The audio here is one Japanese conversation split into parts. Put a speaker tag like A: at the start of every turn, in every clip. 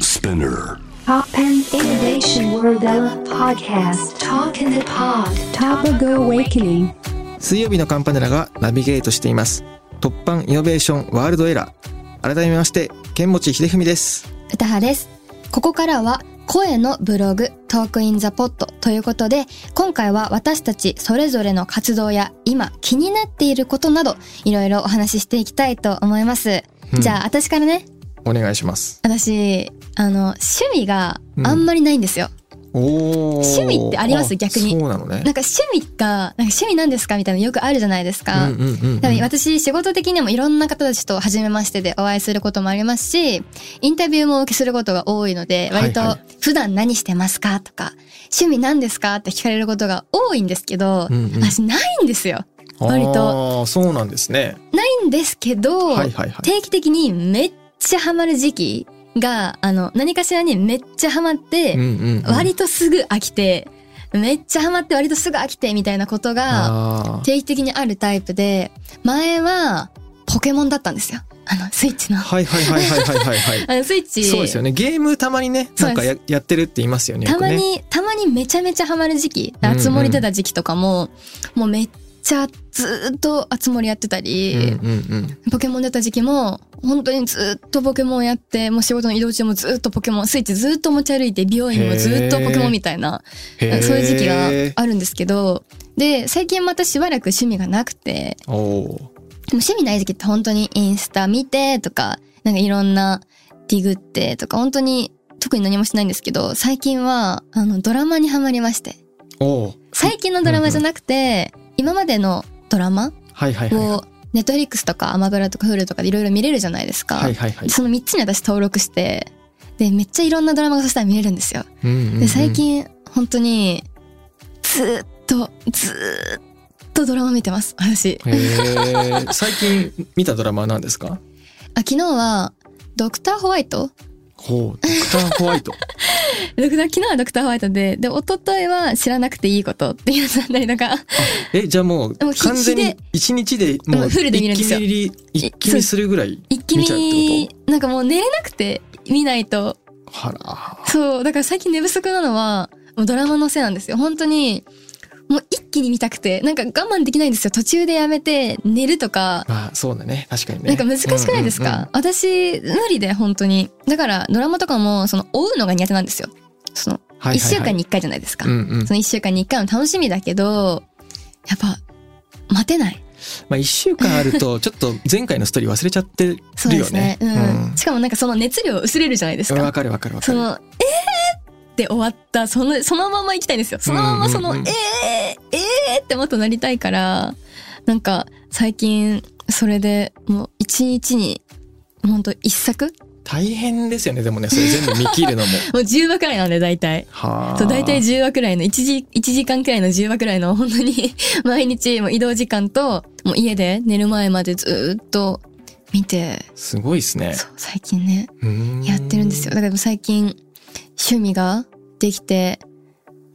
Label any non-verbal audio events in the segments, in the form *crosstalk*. A: Spinner.
B: Poppin Innovation World of Podcast Talking the Pod Topical Awakening
C: 水曜日のカンパネラがナビゲートしています。突破イノベーションワールドエラー。改めまして、剣持秀文です。
D: 歌葉です。ここからは声のブログ、トークインザポットということで、今回は私たちそれぞれの活動や今気になっていることなど、いろいろお話ししていきたいと思います。
C: うん
D: じゃあ、私からね、
C: お願いします。
D: 私、あの、趣味があんまりないんですよ。
C: おー
D: 趣味ってあります逆に
C: そうなの
D: な
C: ね。
D: んか趣味が、なんか趣味なんですかみたいなのよくあるじゃないですか。
C: うんうんうんうん
D: 多分私仕事的にもいろんな方たちと初めましてでお会いすることもありますしインタビューもお受けすることが多いので
C: はいはい
D: 割と普段何してますかとか趣味何ですかって聞かれることが多いんですけど
C: うんうん
D: 私ないんですよ。割と
C: あーそうなんですね。
D: ないんですけど
C: はいはいはい。
D: 定期的にめっちゃハマる時期があの何かしらにめっちゃハマって
C: うんうんうん
D: 割とすぐ飽きてめっちゃハマって割とすぐ飽きてみたいなことが
C: あー
D: 定期的にあるタイプで前はポケモンだったんですよあのスイッチのあ
C: はいはいはいはいはいはいはい。
D: のスイッチ
C: そうですよね。ゲームたまにね、なんかややってるって言いますよね。よ
D: た
C: く
D: ま
C: ね
D: にたまにめちゃめちゃハマる時期
C: うんうん
D: 熱盛り出た時期とかも、もうめっちゃずーっと熱盛りやってた
C: うん
D: り、
C: うん
D: ポケモン出た時期も本当にずーっとポケモンやってもう仕事の移動中もずーっとポケモンスイッチずーっと持ち歩いて美容院もずーっとポケモンみたいな
C: うん。
D: そういう時期が
C: へー
D: あるんですけどで最近またしばらく趣味がなくて
C: おー
D: でも趣味ない時って本当にインスタ見てとか、なんかいろんなディグってとか、本当に特に何もしないんですけど、最近は、あの、ドラマにハマりまして。
C: おー
D: 最近のドラマじゃなくて、今までのドラマ
C: はいはいはい。
D: を、ネットフリックスとかアマブラとかフルとかでいろいろ見れるじゃないですか。
C: はいはいはい。
D: その3つに私登録して、で、めっちゃいろんなドラマがそしたら見れるんですよ。
C: うんうんう
D: で
C: ん
D: 最近本当にずーっとずーっとドラマ見てます私
C: へー最近見たドラマは何ですか
D: あ昨日はドクターホワイト
C: ほう、ドクターホワイト。
D: ドクター昨日はドクターホワイトで、で、一昨日は知らなくていいことっていうやつだったりと
C: *laughs*
D: か、
C: *laughs* え、じゃあもう
D: もうひ
C: 完全に一日でも
D: も
C: う
D: うフルで見るんですよ
C: 一気見り一気見するぐらい
D: 一気
C: 見ちゃうって
D: に、なんかもう寝れなくて見ないと、
C: ことはら
D: そう、だから最近寝不足なのは、もうドラマのせいなんですよ。本当に、もう一気に見たくて、なんか我慢できないんですよ。途中でやめて、寝るとか、
C: まあそうだね確かにね
D: なんか難しくないですか、私、無理で、本当に。だから、ドラマとかも、その、追うのが苦手なんですよ。その、一週間
C: に
D: に一回じゃないですか。
C: うんうん
D: その一週間に一回の楽しみだけど、やっぱ、待てない。
C: まあ一週間あるとちょっと前回のストーリー忘れちゃってるよね
D: そうですね。うん。しかもなんかその熱量薄れるじゃないです
C: うんわ
D: か。
C: かるわかるわか
D: そ
C: る
D: の、えーって終わった、その、そのまま行きたいんですよ。そのままその、
C: うんうんうん
D: えー、えーってもっとなりたいから、なんか最近、それでもう一日に、ほんと一作
C: 大変ですよねでもねそれ全部見切
D: *laughs*
C: るのも
D: もう10話くらいなんで大体。
C: はあ
D: そう大体10話くらいの1時 ,1 時間くらいの10話くらいの本当に *laughs* 毎日もう移動時間ともう家で寝る前までずーっと見て
C: すごいですね
D: そう最近ね
C: うー
D: やってるんですよだから最近趣味ができて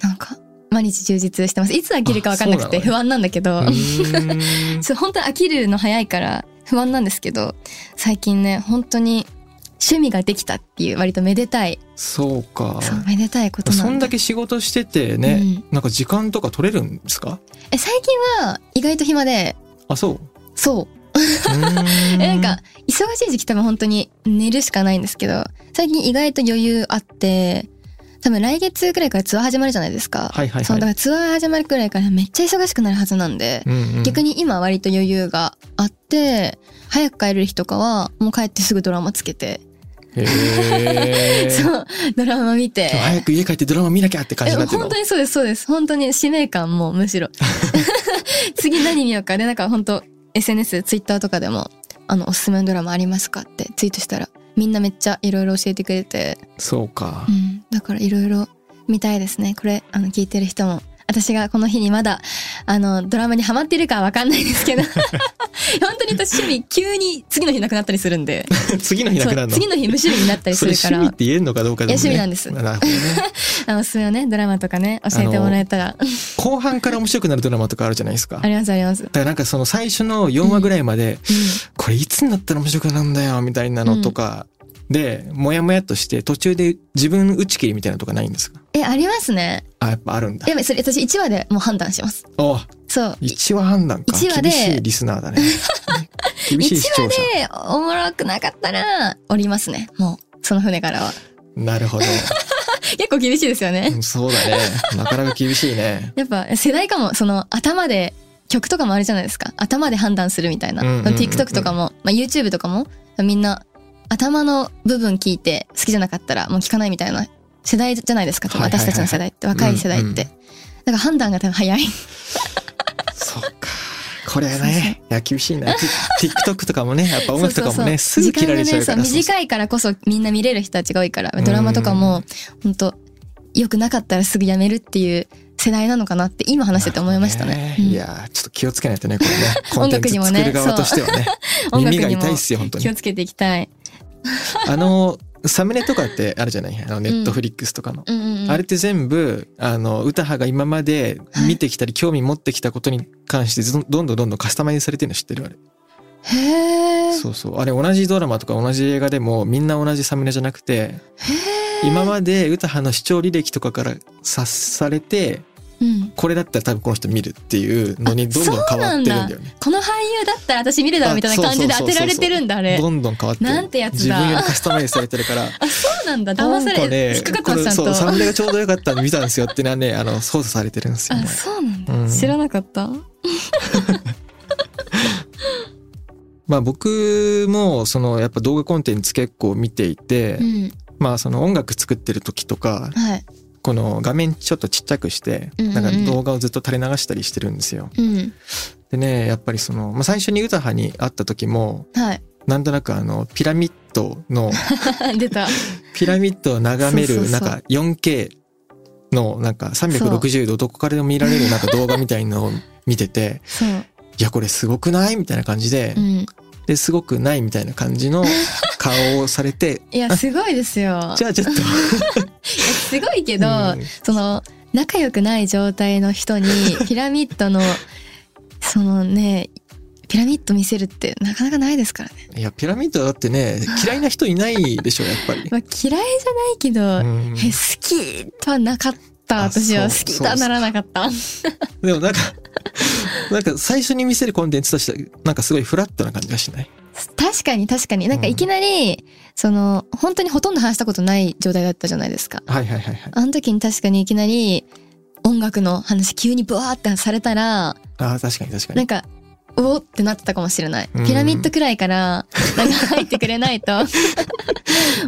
D: なんか毎日充実してますいつ飽きるか分かんなくて
C: あそうなのね
D: 不安なんだけど
C: うーん
D: *laughs* そう本当に飽きるの早いから不安なんですけど最近ね本当に趣味ができたっていう割とめでたい
C: そうか
D: そうめでたいことなん
C: そんだけ仕事しててね、なんか時間とか取れるんですか
D: え最近は意外と暇で
C: あそう
D: そう
C: う
D: *laughs* えなんか忙しい時期多分本当に寝るしかないんですけど最近意外と余裕あって多分来月くらいからツアー始まるじゃないです
C: はい
D: か、
C: はいはい
D: そうだからツアー始まるくらいからめっちゃ忙しくなるはずなんで、
C: うんうん
D: 逆に今割と余裕があって早く帰る日とかはもう帰ってすぐドラマつけて、
C: へー
D: *laughs* そうドラマ見て
C: 今日早く家帰ってドラマ見なきゃって感じ
D: え
C: になってるの
D: 本当にそうですそうです本当に使命感もうむ
C: *laughs*
D: しろ次何見ようかでなんか本当 SNS ツイッターとかでもあのおすすめのドラマありますかってツイートしたらみんなめっちゃいろいろ教えてくれて、
C: そうか *laughs*
D: う、ん、だからいろいろ見たいですねこれあの聞いてる人も私がこの日にまだあのドラマにハマってるかはわかんないですけ
C: *laughs*
D: ど本当に私趣味急に次の日なくなったりするんで
C: 次の日なくなるの
D: そう次の日無趣味になったりす
C: それ
D: るから
C: *laughs* 趣味って言えんのかどうかでも、ね、
D: いや趣味
C: なるほどね
D: あのおすすめをねドラマとかね教えてもらえたら
C: 後半から面白くなるドラマとかあるじゃないですか
D: *laughs* ありますあります。
C: だからなんかその最初の4話ぐらいまで、
D: うん
C: これいつになったら面白くなるんだよみたいなのとか、で、もやもやっとして途中で自分打ち切りみたいなのとかないんですか
D: え、ありますね。
C: あ、やっぱあるんだ
D: や。ばい、それ私1話でもう判断します。
C: お
D: そう。
C: 一話判断か。
D: 一話で
C: 厳しいリスナーだ
D: *laughs*
C: ね。厳しい視
D: 1
C: 聴
D: 話
C: 者。
D: でおもろくなかったら降りますね。もう、その船からは。
C: な
D: *laughs*
C: るほど。
D: 結構厳しいですよね。
C: うんそうだね。なかなか厳しいね。
D: やっぱ世代かも、その頭で、曲とかもあるじゃないですか。頭で判断するみたいな。
C: うんうんうんうん
D: TikTok とかも、まあ、YouTube とかも、みんな頭の部分聞いて好きじゃなかったらもう聞かないみたいな世代じゃないですか。多分
C: はいはい
D: 私
C: はいはい
D: たちの世代って、若い世代って。
C: うん
D: なんか判断が多分早い。
C: そうか。これ
D: そうそう
C: ね、いや、厳しいな。Tik- TikTok とかもね、やっ *laughs* ぱ音楽とかもね、
D: *laughs* そうそ
C: すぐ
D: うそう
C: 切られちゃうから。
D: 時間がね、そう短いからこそみんな見れる人たちが多いから、
C: ん
D: ドラマとかも、本当良くなかったらすぐやめるっていう世代なのかなって、今話してて思いましたね。うん
C: いやー、ちょっと気をつけないとね、これね。コン
D: *laughs* 音
C: テン
D: 楽
C: ツ
D: にもね
C: 作る側としてはね。
D: 音楽
C: *laughs* 耳
D: にも
C: が痛いっすよ、本当
D: 気
C: に
D: を。つけていきたい。
C: あの、サムネとかってあるじゃないあの、ネットフリックスとかの。
D: うんうんうん、
C: あれって全部、あの、歌派が今まで見てきたり、興味持ってきたことに関してどん、どんどんどんどんカスタマイズされてるの知ってるあれ。
D: へー
C: そうそう。あれ同じドラマとか同じ映画でもみんな同じサムネじゃなくて、今まで歌派の視聴履歴とかから察されて、
D: うん
C: これだったら多分この人見るっていうのにどんどん変わってるんだよね。
D: この俳優だったら私見るだろうみたいな感じで当てられてるんだ、あれ。そ
C: どんどん変わってる。
D: なんてやつだ
C: 自分よりカスタマイズされてるから。
D: うなんだ、騙さ
C: なんか
D: れ、
C: ね
D: 引っかかってます、ち
C: こ
D: ゃん
C: のそう、サ
D: と。
C: ムネがちょうど良かったんで見たんですよってのはね、あの、操作されてるんですよ
D: あ、
C: ね。
D: そうなんだ。
C: うん
D: 知らなかった。
C: まあ僕も、その、やっぱ動画コンテンツ結構見ていて、
D: うん。
C: まあその音楽作ってる時とか、
D: はい。
C: この画面ちょっとちっちゃくして、
D: うんうん
C: なんか動画をずっと垂れ流したりしてるんですよ。
D: うん。
C: でね、やっぱりその、まあ最初に歌派に会った時も、
D: はい。 *laughs*
C: なんとなくあの、ピラミッドの、
D: 出た。
C: ピラミッドを眺め
D: そうそう
C: る、
D: そ
C: な
D: うん
C: か 4K の、なんか360度どこからでも見られるなんか動画みたいのを見てて、
D: そう。
C: いや、これすごくないみたいな感じで
D: う、ん。
C: で、すごくないみたいな感じの顔をされて、
D: いや、すごいですよ。
C: じゃあちょっと、
D: いやすごいけど、
C: うん
D: その、仲良くない状態の人
C: *laughs*
D: に、ピラミッドの、そのね、ピラミッド見せるってなかなかないですからね。
C: いや、ピラミッドだってね、嫌いな人いないでしょ、やっぱり。
D: まあ、嫌いじゃないけど、
C: うん
D: え好きとはなかった
C: あ
D: 私は
C: そう
D: 好きとはならなか
C: *laughs*
D: った
C: でもなんか、なんか最初に見せるコンテンツとして、なんかすごいフラットな感じがしない
D: 確かに確かになんかいきなり、その本当にほとんど話したことない状態だったじゃないですか
C: はいはいはいはい。
D: あの時に確かにいきなり音楽の話急にブワーってされたら
C: ああ、確かに確か
D: なん
C: に。
D: かおおってなってたかもしれない
C: うん
D: ピラミッドくらいからなんか入ってくれな
C: *laughs*
D: いと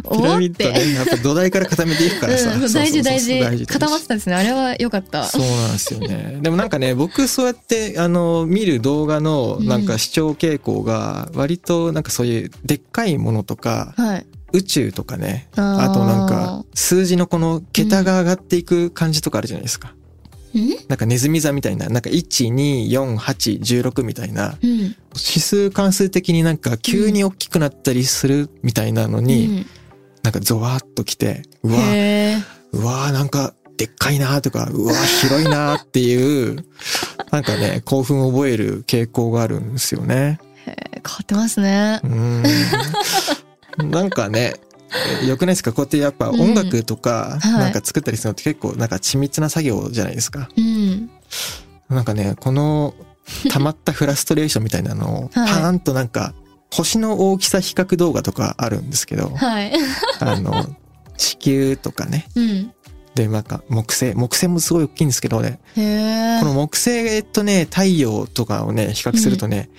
D: お
C: ピ
D: お
C: ラ
D: っ
C: ミッド
D: て、
C: ね、やっぱ土台から固めていくからさ。
D: うん、
C: そうそう
D: 大
C: そうそう
D: 事大事固まってたんですねあれは良かった
C: そうなんですよね。でもなんかね、僕そうやって、あの、見る動画のなん
D: う
C: か
D: ん
C: 視聴傾向が、割となんかそういうでっかいものとか、
D: はい
C: 宇宙とかね、
D: あ
C: あ
D: ー
C: となんか数字のこの桁が上がっていく感じとかあるじゃないですか。
D: うん
C: なんかネズミ座みたいな、なんか1,2,4,8,16みたいな、
D: うん
C: 指数関数的になんか急に大きくなったりするみたいなのに、なんかゾワーっときて、う
D: うん
C: わ、
D: へー
C: うわーなんかでっかいなーとか、うわー広いなーっていう、なんかね、興奮を覚える傾向があるんですよね。
D: 変わってますね
C: うーん。なんかね、よくないですかこうやってやっぱ音楽とか、
D: うんはい
C: なんか作ったりするのって結構なんか緻密な作業じゃないですか。
D: うん
C: なんかね、この溜まったフラストレーションみたいなのを、パ
D: はい
C: ーンとなんか、星の大きさ比較動画とかあるんですけ
D: *laughs*
C: ど、
D: はい。
C: あの、地球とかね。
D: うん。
C: で、なんか、木星。木星もすごい大きいんですけどね。
D: へえ
C: こ。の木星とね、太陽とかをね、比較するとね、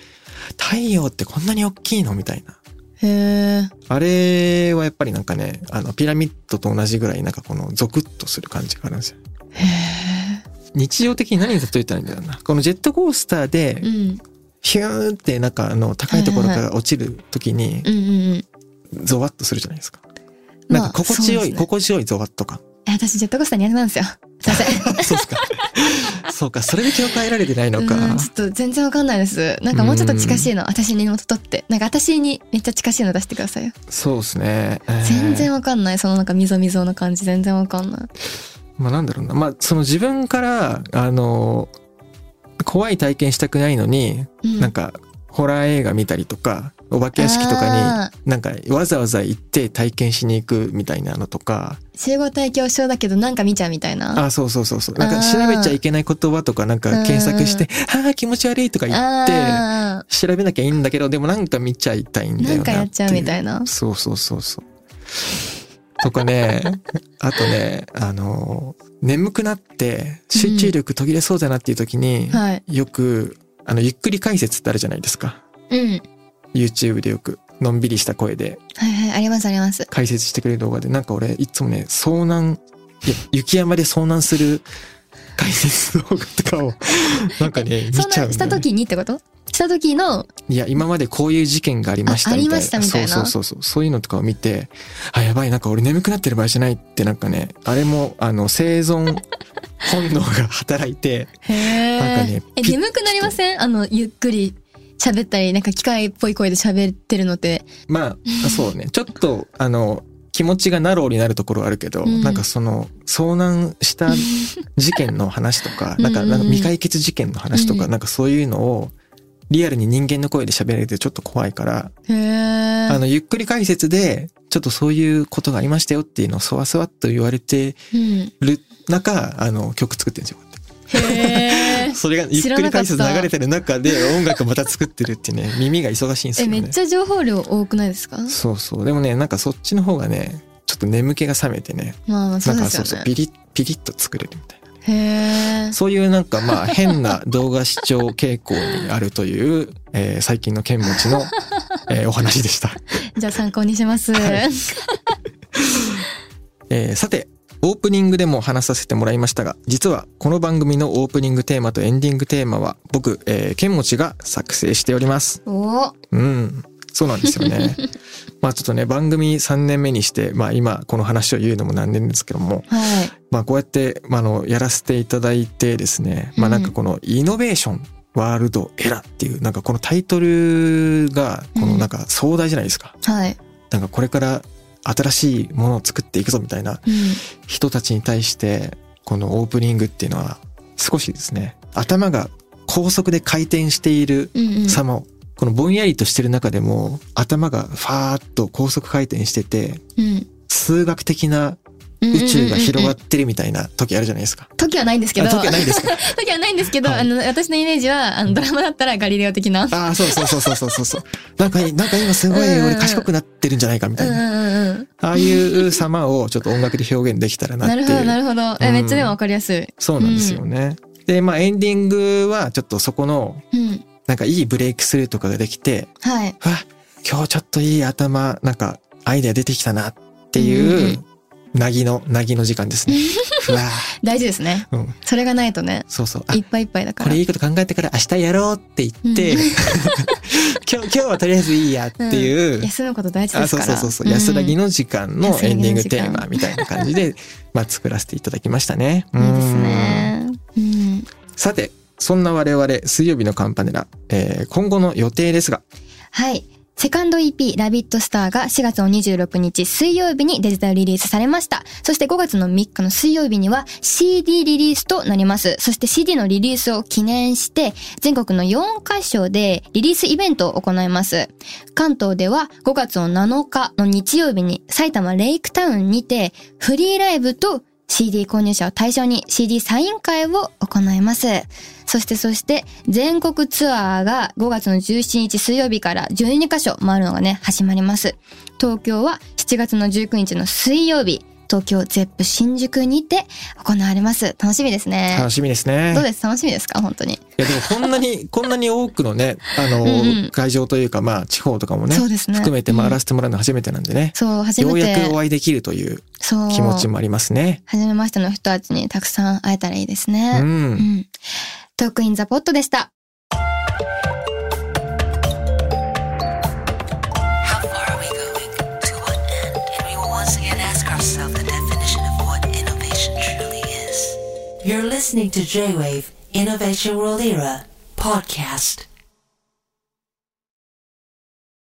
C: 太陽ってこんなに大きいのみたいな。
D: へえ。
C: あれはやっぱりなんかね、あの、ピラミッドと同じぐらいなんかこのゾクッとする感じがあるんですよ。日常的に何に例えたらいいんだろうな。このジェットコースターで
D: う、ん。
C: ヒューンってなんかあの、高いところから落ちる時に
D: う、んうんうん。
C: ゾワッとするじゃないですか。
D: まあ
C: なんか心地よ
D: そう
C: い、
D: ですね
C: 心地よいゾワッと感。
D: え私、ジェットコースター苦手なんですよ。すいませ
C: *laughs*
D: ん。
C: そうっすか。そうか、それで記憶が得られてないのか。
D: うんちょっと全然わかんないです。なんかもうちょっと近しいの、私にもとって。なんか私にめっちゃ近しいの出してくださいよ。
C: そうですね。えー
D: 全然わかんない。そのなんかみぞみぞの感じ、全然わかんない。
C: まあなんだろうな。まあその自分から、あの、怖い体験したくないのに、
D: うん
C: なんか、ホラー映画見たりとか、お化け屋敷とか
D: あ
C: になんかわざわざ行って体験しに行くみたいなのとか
D: 集合体恐怖症だけどなんか見ちゃうみたいな。
C: あそうそうそうそうなんか調べちゃいけない言葉とかなんか検索して「ああ気持ち悪い」とか言って
D: あ
C: 調べなきゃいいんだけどでもなんか見ちゃいたいん
D: ー
C: だ
D: な
C: よ
D: ん
C: な
D: かやっちゃうみたいな。
C: そうそうそうそう。とか
D: *laughs*
C: ね、あとね、あの、眠くなって集中力途切れそうだなっていう時に、
D: はい。
C: よく、あの、ゆっくり解説ってあるじゃないですか。
D: うん。はい
C: YouTube でよく、のんびりした声で
D: はい、ありますあります。
C: 解説してくれる動画で、なんか俺、いつもね、遭難、いや雪山で遭難する解説動画と
D: *laughs*
C: かを、なんかね、見
D: そん
C: ちゃう
D: な、
C: ん
D: し
C: だよ
D: た
C: ね。
D: 時にってことした時の、
C: いや、今までこういう事件がありました
D: あ
C: みたいな。
D: ありましたみたいな
C: そうそうそうそう。そういうのとかを見て、あ、やばい、なんか俺眠くなってる場合じゃないって、なんかね、あれも、あの、生存本能が働いて、
D: へ
C: なんかね
D: え、
C: ピッ
D: 眠くなりませんあの、ゆっくり喋ったり、なんか機械っぽい声で喋ってるのって。
C: まあ、そうね、ちょっと、あの、気持ちがナローになるところはあるけど、
D: うん
C: なんかその、遭難した事件の話とか、なんか、
D: *laughs* うんうん
C: なんか未解決事件の話とか、
D: う
C: なんかそういうのを、リアルに人間の声で喋れてちょっと怖いから、
D: へえ。
C: あの、ゆっくり解説で、ちょっとそういうことがありましたよっていうのをそわそわっと言われて
D: うん。
C: る中、あの、曲作ってるんですよ。こうやっ
D: へえ
C: て。それが、ゆっ
D: 知ら
C: く
D: な
C: り
D: かった
C: 解説流れてる中で音楽また作ってるっていうね、耳が忙しいんです
D: え、
C: よ
D: め
C: ね。
D: っちゃ情報量多くないですか
C: そうそう。でもね、なんかそっちの方がね、ちょっと眠気が覚めてね、
D: まあまあ、
C: な
D: そうんで
C: か
D: す
C: そうそ
D: よ
C: う、
D: ね。
C: ピリッ、ピリッと作れるみたいな。
D: へえ。
C: そういうなんか
D: *laughs*
C: まあ変な動画視聴傾向にあるという、えー最近の剣持ちの、えーお話でした。
D: じゃあ参考にします。
C: はいえーさて、オープニングでも話させてもらいましたが、実はこの番組のオープニングテーマとエンディングテーマは僕、えー、ケンモチが作成しております。
D: おお。
C: うん。そうなんですよ
D: *laughs*
C: ね。まあちょっとね、番組3年目にして、まあ今この話を言うのも何年ですけども、
D: はい。
C: まあこうやって、まあ、あの、やらせていただいてですね、まあなんかこのイノベーション、ワールドエラーっていう、なんかこのタイトルが、このなんか壮大じゃないですか。
D: はい。
C: なんかこれから新しいものを作っていくぞみたいな
D: うん。
C: 人たちに対してこのオープニングっていうのは少しですね頭が高速で回転している
D: うんうん。
C: 様を、このぼんやりとしてる中でも頭がファーッと高速回転してて
D: うん。
C: 数学的な宇宙が広がってるみたいな時あるじゃないですか。
D: 時はないんですけど。
C: あ時はないですか *laughs*
D: 時はないんですけど、
C: はい
D: あの、私のイメージは、あの、ドラマだったらガリレオ的な。
C: ああそうそうそうそうそうそうそうなんかなんか今すごい俺賢くなってるんじゃないかみ
D: う
C: た
D: ん
C: いうな、
D: んうんうん。
C: ああいう様をちょっと音楽で表現できたらなっ
D: な
C: てい
D: る
C: う
D: ほど、なるほど。え、
C: うん
D: めっちゃでもわかりやすい。
C: そうなんですよね。でまあエンディングはちょっとそこの
D: うん。
C: なんかいいブレイクスルーとかができて、
D: はい。っ
C: うわ、今日ちょっといい頭、なんかアイデア出てきたなっていうう、なぎの、なぎの時間です
D: *laughs*
C: ね。うわ
D: 大事ですね。
C: ーうん、
D: それがないとね、
C: そうそう。あ
D: いっぱいいっぱいだか
C: こ
D: ら。
C: れいいこと考えてから明日やろうって言って、 *laughs*
D: うん
C: 今日、今日はとりあえずいいやっていう、
D: 休むこと大事で
C: あ
D: す
C: そう
D: から。
C: そうそうそう、安らぎの時間の
D: 安ら
C: エ
D: ぎ
C: ン
D: の時間
C: ディングテーマみたいな感じ
D: *laughs*
C: で、まあ作らせていただきましたね。
D: うん。いいですね。うん。
C: うん。さて、そんな我々、水曜日のカンパネラ、えー今後の予定ですが、
D: はい。セカンド EP ラビットスターが4月の26日水曜日にデジタルリリースされました。そして5月の3日の水曜日には CD リリースとなります。そして CD のリリースを記念して全国の4カ所でリリースイベントを行います。関東では5月の7日の日曜日に埼玉レイクタウンにてフリーライブと CD 購入者を対象に CD サイン会を行います。そしてそして全国ツアーが5月の17日水曜日から12カ所回るのがね、始まります。東京は7月の19日の水曜日、東京ゼップ新宿にて行われます。楽しみですね
C: 楽。しみですね。
D: どうです楽しみですか本当に。
C: いやでもこんな
D: *laughs*
C: に、こんなに多くのね、あの、
D: うんうん
C: 会場というか、まあ、地方とかもね
D: そうですね。
C: 含めて回
D: うん
C: らせてもらうの初めてなんでね、
D: そう、初
C: よう
D: め
C: や
D: て
C: くお。会いできるという
D: そう。
C: 気持ちもありますね。
D: 初めましての人たちにたくさん会えたらいいです
C: う。
D: ね。うんん。トークインザポットでした。
A: How far are we going? To what end? And we will once again ask ourselves the definition of what innovation truly is. You're listening to J-Wave Innovation World Era podcast.